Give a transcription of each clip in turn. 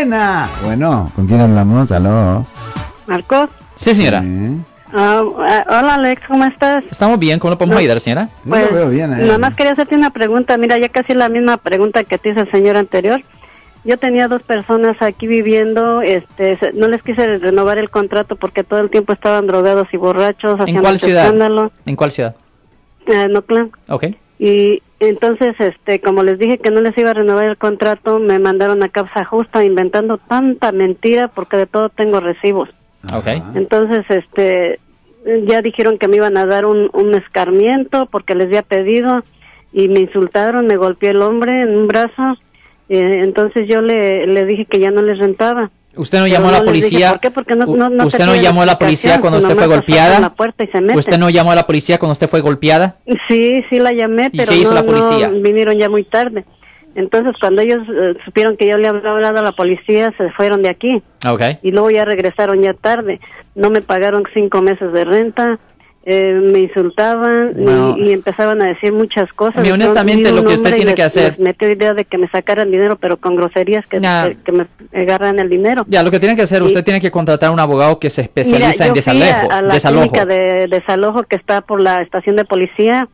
buena. Bueno, ¿con quién hablamos? Aló. Marcos. Sí, señora. Sí. Ah, ah, hola, Alex, ¿cómo estás? Estamos bien, ¿cómo lo podemos ayudar, señora? No lo veo bien ¿eh? a él. Pues, Nada más quería hacerte una pregunta. Mira, ya casi la misma pregunta que te hizo el señor anterior. Yo tenía dos personas aquí viviendo, este, se- no les quise renovar el contrato porque todo el tiempo estaban drogados y borrachos, ¿En hacían cuál mucho ciudad? escándalo. ¿En cuál ciudad? Eh, no, claro. Ok. Y entonces, este, como les dije que no les iba a renovar el contrato, me mandaron a Capsa Justa inventando tanta mentira porque de todo tengo recibos. Ok. Entonces, este, ya dijeron que me iban a dar un, un escarmiento porque les había pedido y me insultaron, me golpeó el hombre en un brazo. eh, entonces yo le, le dije que ya no les rentaba. Usted no Pero llamó a la les dije policía. ¿Por qué? Porque no, U- no- no te usted no piden llamó a la policía explicación, cuando usted nomás fue nos tocan golpeada. la puerta y se meten. Usted no llamó a la policía cuando usted fue golpeada. Sí, sí la llamé, ¿Y pero qué hizo no, la policía? no, vinieron ya muy tarde. Entonces, cuando ellos eh, supieron que yo le había hablado a la policía, se fueron de aquí Ok. y luego ya regresaron ya tarde. No me pagaron cinco meses de renta, eh, me insultaban y- No. y, empezaron a decir muchas cosas. Mira, honestamente, Yo vi un lo que hombre usted y tiene que les- hacer- les metió idea de que me sacaran dinero, pero con groserías que, eh, Nah. que me agarran el dinero. Ya, lo que tiene que hacer, Y- usted tiene que contratar a un abogado que se Mira, especializa en yo fui desalejo. a, a la desalojo. clínica de desalojo que está por la estación de policía.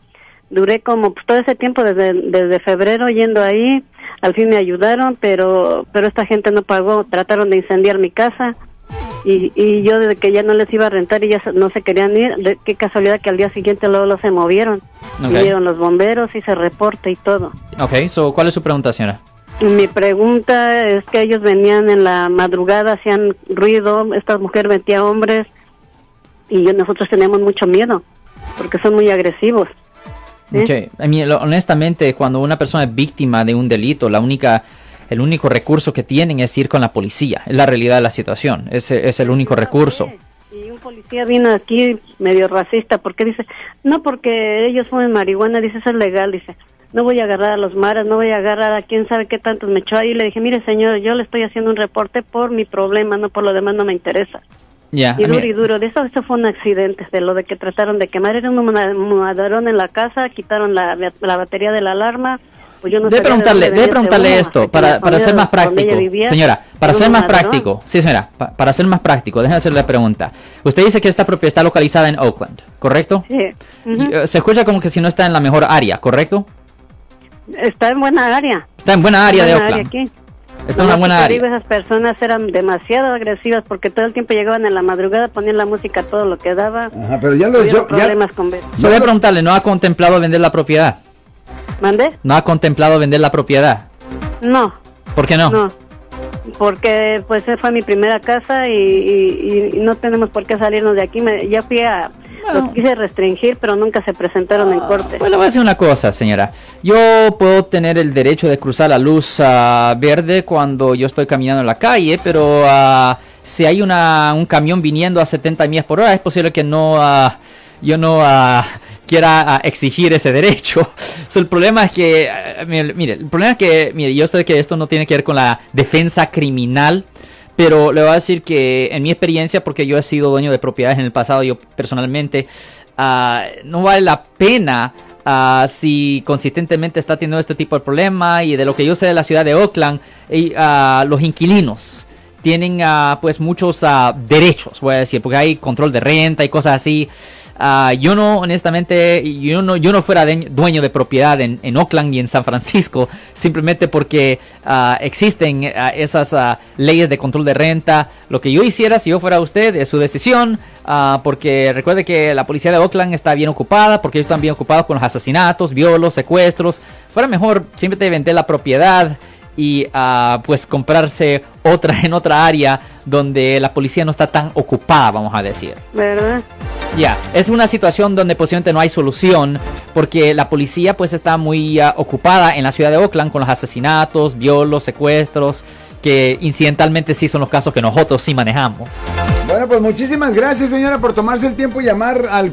Duré como pues, todo ese tiempo desde, desde febrero yendo ahí. Al fin me ayudaron, pero pero esta gente no pagó. Trataron de incendiar mi casa y, y yo desde que ya no les iba a rentar y ya se- no se querían ir. De- qué casualidad que al día siguiente luego los se movieron. Ok. Vinieron los bomberos y se reporte y todo. Ok, so, ¿cuál es su pregunta, señora? Mi pregunta es que ellos venían en la madrugada, hacían ruido, esta mujer metía hombres y yo- nosotros tenemos mucho miedo porque son muy agresivos. ¿eh? ¿Sí? Ok, I mean, lo- honestamente, cuando una persona es víctima de un delito, la única, el único recurso que tienen es ir con la policía. Es la realidad de la situación. Ese es el único recurso. Y un policía vino aquí medio racista porque dice, no porque ellos fuman marihuana, dice eso es legal, dice, no voy a agarrar a los maras, no voy a agarrar a quién sabe qué tantos me echó ahí. Le dije, mire señor, yo le estoy haciendo un reporte por mi problema, no por lo demás, no me interesa. Ya. Y I mean, duro y duro, de eso, eso fue un accidente, de lo de que trataron de quemar, era un ma- madrón en la casa, quitaron la, la batería de la alarma. Pues yo no Debe sabía de preguntarle, dónde debe venía preguntarle ese humo, esto hasta que para, la para ser familia más donde ella práctico. vivía Señora, para era ser un más madrón. práctico. Sí, señora, pa- para ser más práctico, déjeme hacerle la pregunta. Usted dice que esta propiedad está localizada en Oakland, ¿correcto? Sí. Ujú. Y, eh, Se escucha como que si no está en la mejor área, ¿correcto? Está en buena área. Está en buena área de buena área Oakland. aquí. Está en una Nomás buena que te digo, área. esas personas eran demasiado agresivas porque todo el tiempo llegaban en la madrugada, ponían la música a todo lo que daba. Ajá, pero ya lo... Tuvieron Yo, ya, problemas con... So, voy a preguntarle, ¿no ha contemplado vender la propiedad? ¿Mandé? ¿No ha contemplado vender la propiedad? No, ¿Por qué no? No, porque pues fue mi primera casa y, y- y no tenemos por qué salirnos de aquí. Me- ya fui a... Los quise restringir, pero nunca se presentaron Ah. en corte. Bueno, voy a decir una cosa, señora. Yo puedo tener el derecho de cruzar la luz ah, verde cuando yo estoy caminando en la calle, pero ah, si hay una, un camión viniendo a 70 millas por hora, es posible que no ah, yo no ah, quiera ah, exigir ese derecho. So, el problema es que, ah, mire, mire, el problema es que, mire, yo sé que esto no tiene que ver con la defensa criminal. Pero le voy a decir que en mi experiencia, porque yo he sido dueño de propiedades en el pasado, yo personalmente, ah, no vale la pena ah, si consistentemente está teniendo este tipo de problema y de lo que yo sé de la ciudad de Oakland, y, ah, los inquilinos tienen ah, pues muchos ah, derechos, voy a decir, porque hay control de renta y cosas así. Ah, yo no, honestamente, yo no, yo no fuera de- dueño de propiedad en, en Oakland y en San Francisco, simplemente porque ah, existen ah, esas ah, leyes de control de renta. Lo que yo hiciera si yo fuera usted es su decisión, ah, porque recuerde que la policía de Oakland está bien ocupada, porque ellos están bien ocupados con los asesinatos, violos, secuestros. Fuera mejor simplemente vender la propiedad y ah, pues comprarse otra en otra área donde la policía no está tan ocupada, vamos a decir. ¿Verdad? Ya, es una situación donde posiblemente no hay solución porque la policía pues está muy ah, ocupada en la ciudad de Oakland con los asesinatos, violos, secuestros, que incidentalmente sí son los casos que nosotros sí manejamos. Bueno, pues muchísimas gracias, señora, por tomarse el tiempo y llamar al